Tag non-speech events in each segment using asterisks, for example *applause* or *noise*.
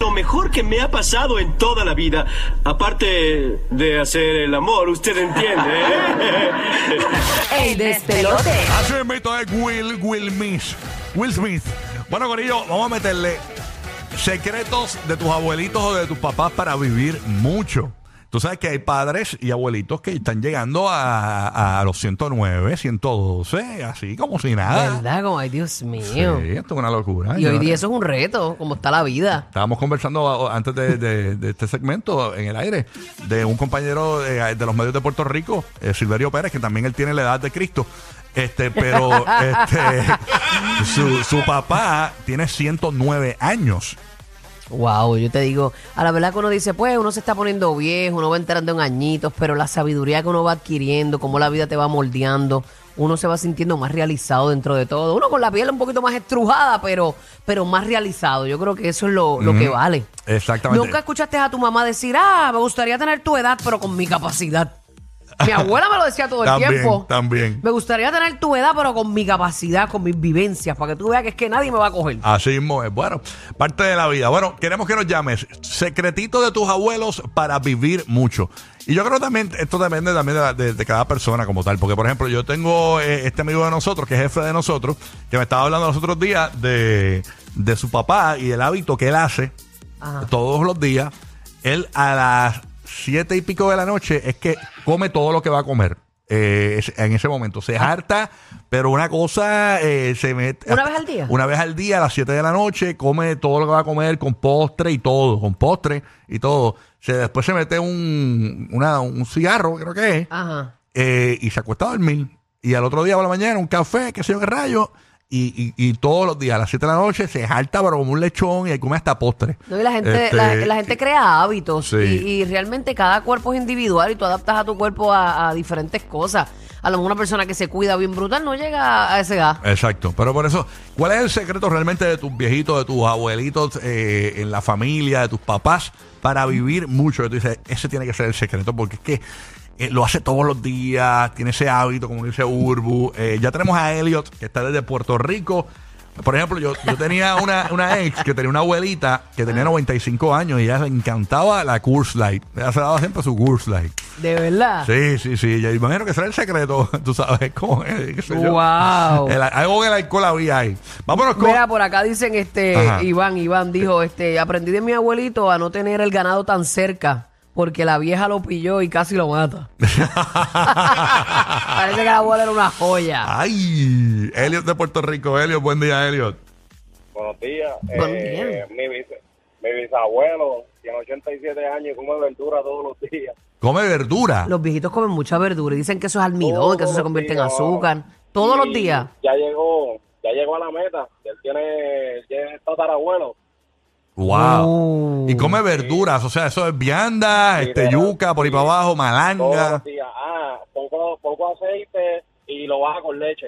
Lo mejor que me ha pasado en toda la vida, aparte de hacer el amor, usted entiende, ¿eh? El despelote. Así invito es Will, Will Smith. Will Smith. Bueno, Corillo, vamos a meterle secretos de tus abuelitos o de tus papás para vivir mucho. Tú sabes que hay padres y abuelitos que están llegando a, a los 109, 112, así como si nada. ¿Verdad? Como, ay, Dios Ah. Sí, mío. esto es una locura. Y hoy día eso es un reto, como está la vida. Estábamos conversando a- antes de, de- de este segmento en el aire de un compañero eh, de, de los medios de Puerto Rico, eh, Silverio Pérez, que también él tiene la edad de Cristo. Este, pero este, su, su papá tiene 109 años. Wow, yo te digo, a la verdad que uno dice, pues uno se está poniendo viejo, uno va entrando en añitos, pero la sabiduría que uno va adquiriendo, cómo la vida te va moldeando, uno se va sintiendo más realizado dentro de todo. Uno con la piel un poquito más estrujada, pero, pero más realizado. Yo creo que eso es lo, lo que Ujú. vale. Exactamente. Nunca escuchaste a tu mamá decir, ah, me gustaría tener tu edad, pero con mi capacidad. Mi abuela me lo decía todo el También, tiempo. también. Me gustaría tener tu edad, pero con mi capacidad, con mis vivencias, para que tú veas que es que nadie me va a coger. Así mismo es. Bueno, parte de la vida. Bueno, queremos que nos llames. Secretito de tus abuelos para vivir mucho. Y yo creo también, esto depende también de, la- de- de cada persona como tal. Porque, por ejemplo, yo tengo eh, este amigo de nosotros, que es jefe de nosotros, que me estaba hablando los otros días de, de su papá y el hábito que él hace Ajá. todos los días. Él a las siete y pico de la noche es que come todo lo que va a comer. eh, es- en ese momento se harta, pero una cosa eh, se mete. Ah. ¿Una vez al día? Una vez al día, a las 7 de la noche, come todo lo que va a comer con postre y todo, con postre y todo. Se, después se mete un, una- un cigarro, creo que es, Ajá. eh, y se acuesta a dormir. Y al otro día por la mañana, un café, qué sé yo qué rayo. Y, y- y todos los días, a las 7 de la noche, se jalta, pero como un lechón y ahí come hasta postre. No, y la gente, Este, la, la gente crea hábitos Sí. y, y realmente cada cuerpo es individual y tú adaptas a tu cuerpo a, a diferentes cosas. A lo mejor una persona que se cuida bien brutal no llega a esa edad. Exacto, pero por eso, ¿cuál es el secreto realmente de tus viejitos, de tus abuelitos, eh, en la familia, de tus papás, para vivir mucho? Tú dices, ese tiene que ser el secreto, porque es que eh, lo hace todos los días, tiene ese hábito, como dice Urbu. Eh, ya tenemos a Elliot, que está desde Puerto Rico. Por ejemplo, yo, yo tenía una, una ex que tenía una abuelita que tenía 95 años y ella le encantaba la Curse Light. Ella se daba siempre su Curse Light. De verdad. Eh, Sí, sí, sí. Yo imagino que será el secreto, *laughs* tú sabes cómo es. qué sé pues yo. *laughs* Wow. El- algo en el alcohol había ahí. Vámonos con. *laughs* Mira, por acá dicen este Ajá. Iván, Iván dijo, este, aprendí de mi abuelito a no tener el ganado tan cerca, porque la vieja lo pilló y casi lo *laughs* mata. Parece que la abuela era una Ah, joya. Ay, Elliot de Puerto Rico. Elliot, buen día, Elliot. Buenos días. Buenos Eh, días. mi, bis- mi bisabuelo tiene 87 años y come verdura todos los días. Come verdura. Los viejitos comen mucha verdura y dicen que eso es almidón, que eso Todos Oh, se convierte en los días. azúcar. Todos Y los días. Ya llegó, ya llegó a la meta. Él tiene, él tiene tatarabuelo. Wow. Oh. Y come verduras. O sea, eso es vianda, Sí, este, claro. yuca, por ahí para abajo, Todos los malanga. días. Ah, poco, poco aceite y lo baja con leche.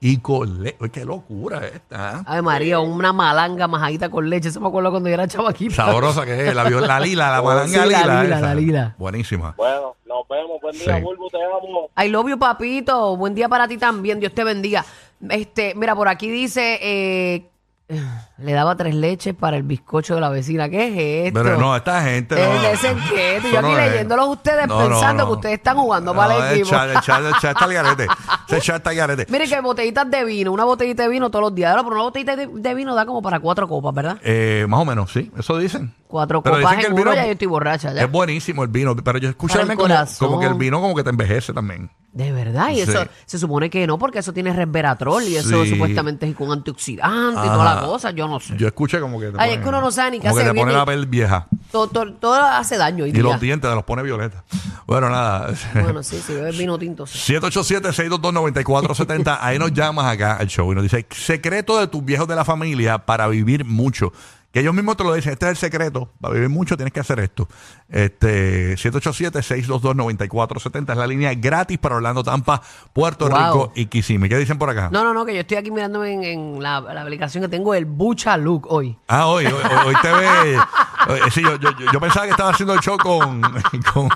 Y con le- Uy, Qué locura esta. ¿eh? Ay, María, una malanga majadita con leche. Eso me acuerdo cuando yo era chavaquita. Sabrosa que es. La, vio- la lila, la Oh, Sí, malanga la lila. lila, esa. la lila. Buenísima. Bueno, nos vemos. Buen día, Sí. Bulbo. Te amo. I love you, papito. Buen día para ti también. Dios te bendiga. Este, mira, por aquí dice, eh, *sighs* le daba tres leches para el bizcocho de la vecina. ¿Qué es esto? Pero no, esta gente no. Es de ese enquete. Yo Eso aquí no es. leyéndolos ustedes No, no, pensando no. que ustedes están jugando para No, el el equipo. chat, el *laughs* chat, el chat está al garete. Ese chat está al garete. Miren que botellitas de vino, una botellita de vino todos los días. Ahora, pero una botellita de, de vino da como para cuatro copas, ¿verdad? Eh, más o menos, sí, eso dicen. Cuatro Pero copas en dicen que el uno, vino ya yo estoy borracha. Ya. Es buenísimo el vino, pero yo escuché Para el también como, corazón. como que el vino como que te envejece también. De verdad, y Sí. eso se supone que no, porque eso tiene resveratrol y eso Sí. supuestamente es con antioxidante y toda la Ajá. cosa, yo no sé. Yo escuché como que te Ay, es que uno no sabe ni qué como que hacer te pone bien la y- piel vieja Todo, todo- todo hace daño hoy y día. los dientes te los pone violeta. Bueno, nada. Bueno, sí, sí, bebes vino tinto. sí. 787-622-9470. Ahí nos llamas acá al show y nos dice secreto de tus viejos de la familia para vivir mucho. Que ellos mismos te lo dicen, este es el secreto, para vivir mucho tienes que hacer esto. Este 787-622-9470 es la línea gratis para Orlando, Tampa, Puerto Wow. Rico y Kissimmee. ¿Qué dicen por acá? No, no, no, que yo estoy aquí mirando en, en la, la aplicación que tengo el Bucha Look hoy. Ah, hoy, hoy, hoy te ve. hoy- sí, yo, yo, yo pensaba que estaba haciendo el show con- con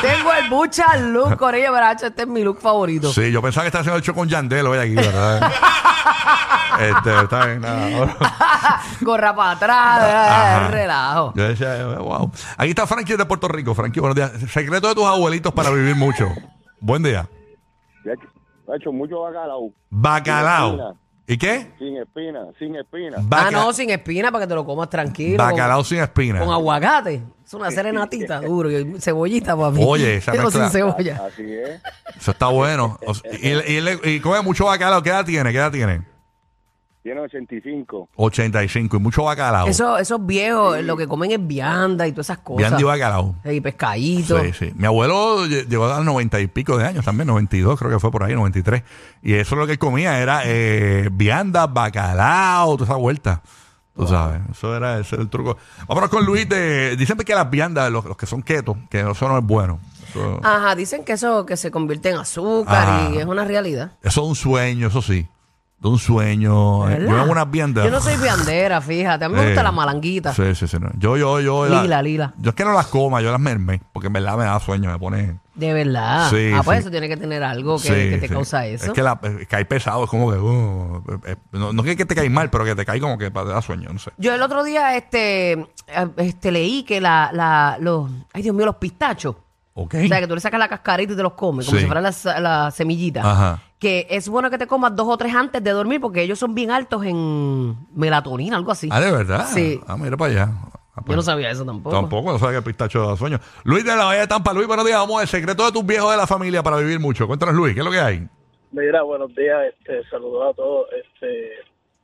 Tengo el Bucha *laughs* Look, Corella Baracho, este es mi look favorito. Sí, yo pensaba que estaba haciendo el show con Yandel hoy aquí, ¿verdad? este, está bien, nada. Gorra para atrás, eh, Ajá. relajo. Yo decía, eh, wow. Aquí está Frankie de Puerto Rico. Frankie, buenos días. Secreto de tus abuelitos para vivir mucho. Buen día. Ya que- Ha hecho mucho bacalao. Bacalao. ¿Y qué? Sin espina, sin espina. Ah, Baca- no, sin espina para que te lo comas tranquilo. con- bacalao sin espina. Con aguacate. Es una serenatita duro. y cebollita, papi. *laughs* Oye, esa Pero sin mezcla- cebolla. Así es. Eso está bueno. O sea, y, y le- y come mucho bacalao. ¿Qué edad tiene? ¿Qué edad tiene? Tiene 85. 85 y mucho bacalao. Eso, esos viejos, lo que comen es vianda y todas esas cosas. Vianda y bacalao. Y pescadito. Sí, sí. Mi abuelo lle- llegó a los noventa y pico de años también, 92 creo que fue por ahí, 93. Y eso lo que comía era eh, vianda, bacalao, toda esa vuelta. Tú sabes, eso era, ese era el truco. Vámonos con Luis. De, dicen que las viandas, los, los que son keto, que eso no es bueno. Eso, Ajá, dicen que eso que se convierte en azúcar Ajá. y es una realidad. eso es un sueño, eso sí. De un sueño. Eh, ¿Verdad? Yo hago unas viandas. Yo no soy viandera, fíjate. A mí me gusta Eh, la malanguita. Sí, sí, sí. no. Yo, yo, yo. Lila, lila. Yo es que no las coma, yo las mermé, porque en verdad me da sueño, me pone. De verdad. Sí, ah, pues sí. eso tiene que tener algo que, Sí, que te sí. causa eso. Es que, la, es que hay pesado, es como que. uh, eh, no, no es que te caes mal, pero que te cae como que pa- te da sueño, no sé. Yo el otro día este, eh, este leí que la, la, los, ay Dios mío, los pistachos. Ok. O sea, que tú le sacas la cascarita y te los comes, como Sí. si fueran las las semillitas. Ajá. Que es bueno que te comas dos o tres antes de dormir porque ellos son bien altos en melatonina, algo así. Ah, de verdad. Sí. Ah, mira para allá. Ah, Yo pues, no sabía eso tampoco. Tampoco, no sabía que el pistacho da sueño. Luis de la Bahía de Tampa, Luis, buenos días. Vamos, el secreto de tus viejos de la familia para vivir mucho. Cuéntanos, Luis, ¿qué es lo que hay? Mira, buenos días, este, saludos a todos. Este,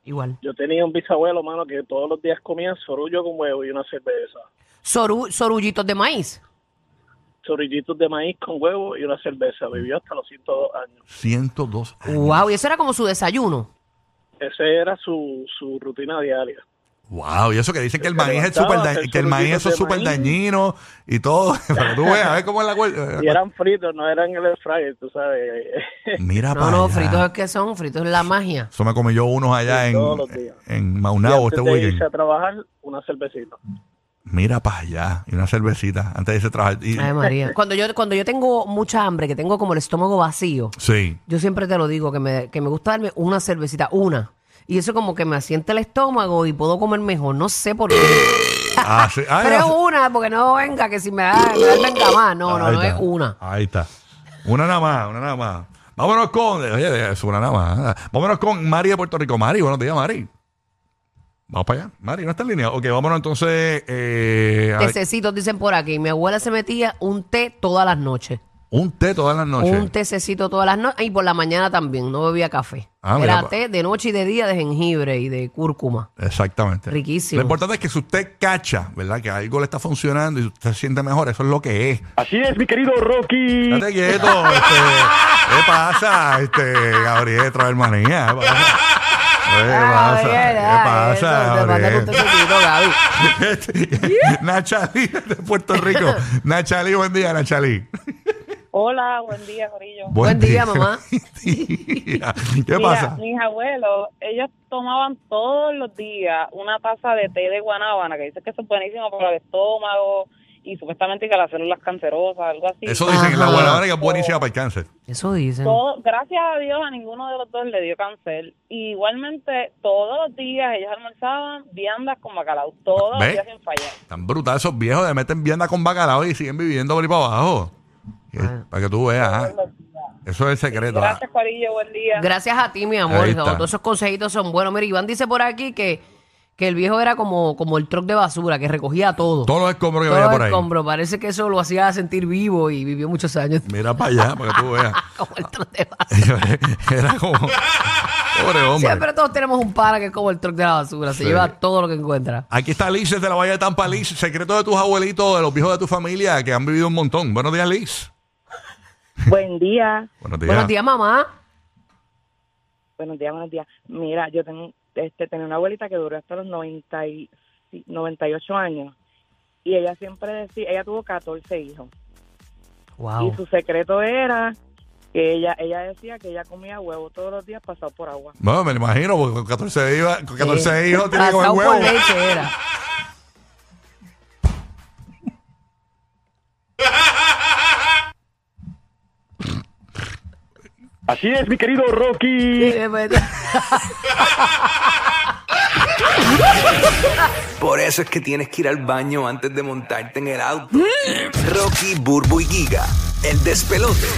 Igual. yo tenía un bisabuelo, mano, que todos los días comía sorullo con huevo y una cerveza. Soru- sorullitos de maíz. Sorullitos de maíz con huevo y una cerveza. Vivió hasta los 102 años. 102 años. Wow, y eso era como su desayuno. Esa era su, su rutina diaria. Wow, y eso que dicen que el Se maíz es levantaba, súper da- hacer que el maíz eso es sorbitos de súper maíz. dañino y todo. *laughs* Pero tú ves, a ver cómo es la cuer- Y eran fritos, no eran el air fryer, tú sabes. *laughs* Mira No, para no, allá. fritos es que son, fritos es la magia. Eso me comí yo unos allá Sí, en, todos los días. en Y Maunabo antes este de weekend. irse a trabajar, una cervecita. Mira para allá. Y una cervecita antes de irse a trabajar. Y- Ay, María. Cuando yo, cuando yo tengo mucha hambre, que tengo como el estómago vacío, sí. Yo siempre te lo digo, que me, que me gusta darme una cervecita, una. Y eso como que me asienta el estómago y puedo comer mejor. No sé por qué. Ah, sí. Ay, Pero es ah, sí. una, porque no venga, que si me da, me da el venga más. No, no, Ahí no es está. una. Ahí está. Una nada más, una nada más. Vámonos con. Oye, es una nada más. Vámonos con Mari de Puerto Rico. Mari, buenos días, Mari. Vamos para allá. Mari, ¿no está en línea? Ok, vámonos entonces. eh, a- Tececitos dicen por aquí. Mi abuela se metía un té todas las noches. un té todas las noches. Un tececito todas las noches. Y por la mañana también, no bebía café. Ah, mira, Era pa- té de noche y de día de jengibre y de cúrcuma. Exactamente. Riquísimo. Lo importante es que si usted cacha, ¿verdad? Que algo le está funcionando y usted se siente mejor, eso es lo que es. Así es, mi querido Rocky. Date quieto, este, ¿qué pasa, este, Gabriel, traer manía? ¿Qué pasa? ¿Qué Ah, pasa? bien, ¿Qué ah, pasa, eso, te mandaste un Gabriel? tececito, Gaby. *laughs* Nachali de Puerto Rico. Nachali, buen día, Nachali. Hola, buen día, Corillo. Buen día, mamá. *laughs* Buen día. ¿Qué Mira, pasa? mis abuelos, ellos tomaban todos los días una taza de té de guanábana, que dicen que eso es buenísimo para el estómago y supuestamente que las células cancerosas, algo así. Eso dicen que la Ajá. guanabana que es buenísima para el cáncer. Eso dicen. Todo- gracias a Dios a ninguno de los dos le dio cáncer. Y igualmente todos los días ellos almorzaban viandas con bacalao, todos ¿Ve? los días sin fallar. Tan brutal esos viejos de meten vianda con bacalao y siguen viviendo por ahí para abajo. Y- Ah. Para que tú veas. ah. Eso es el secreto. ah. Gracias, Corillo, buen día. Gracias a ti, mi amor. Ahí está. Todos esos consejitos son buenos. Mira, Iván dice por aquí que, que el viejo era como, como el truck de basura, que recogía todo. Todos los escombros que Todo vaya por ahí. escombro. Parece que eso lo hacía sentir vivo y vivió muchos años *laughs* Mira para allá, para que tú veas. *laughs* como el truck de basura. Era como. Pobre Este hombre. Siempre todos tenemos un para que es como el truck de la basura. Se Sí. lleva todo lo que encuentra. Aquí está Liz desde la Bahía de Tampa, Liz. Secreto de tus abuelitos, de los viejos de tu familia que han vivido un montón. Buenos días, Liz. Buen día. Buenos días. Buenos días, mamá. Buenos días, buenos días. Mira, yo tengo, este, tenía una abuelita que duró hasta los 90 y, 98 años y ella siempre decía, ella tuvo 14 hijos y Wow. su secreto era que ella ella decía que ella comía huevo todos los días pasado por agua. Bueno, me lo imagino, porque con 14 hijos, con 14 Sí. hijos tiene que comer Pasado huevo. por leche era. Así es, mi querido Rocky. Eh, pues, Por eso es que tienes que ir al baño antes de montarte en el auto. Rocky, Burbu y Giga, el despelote.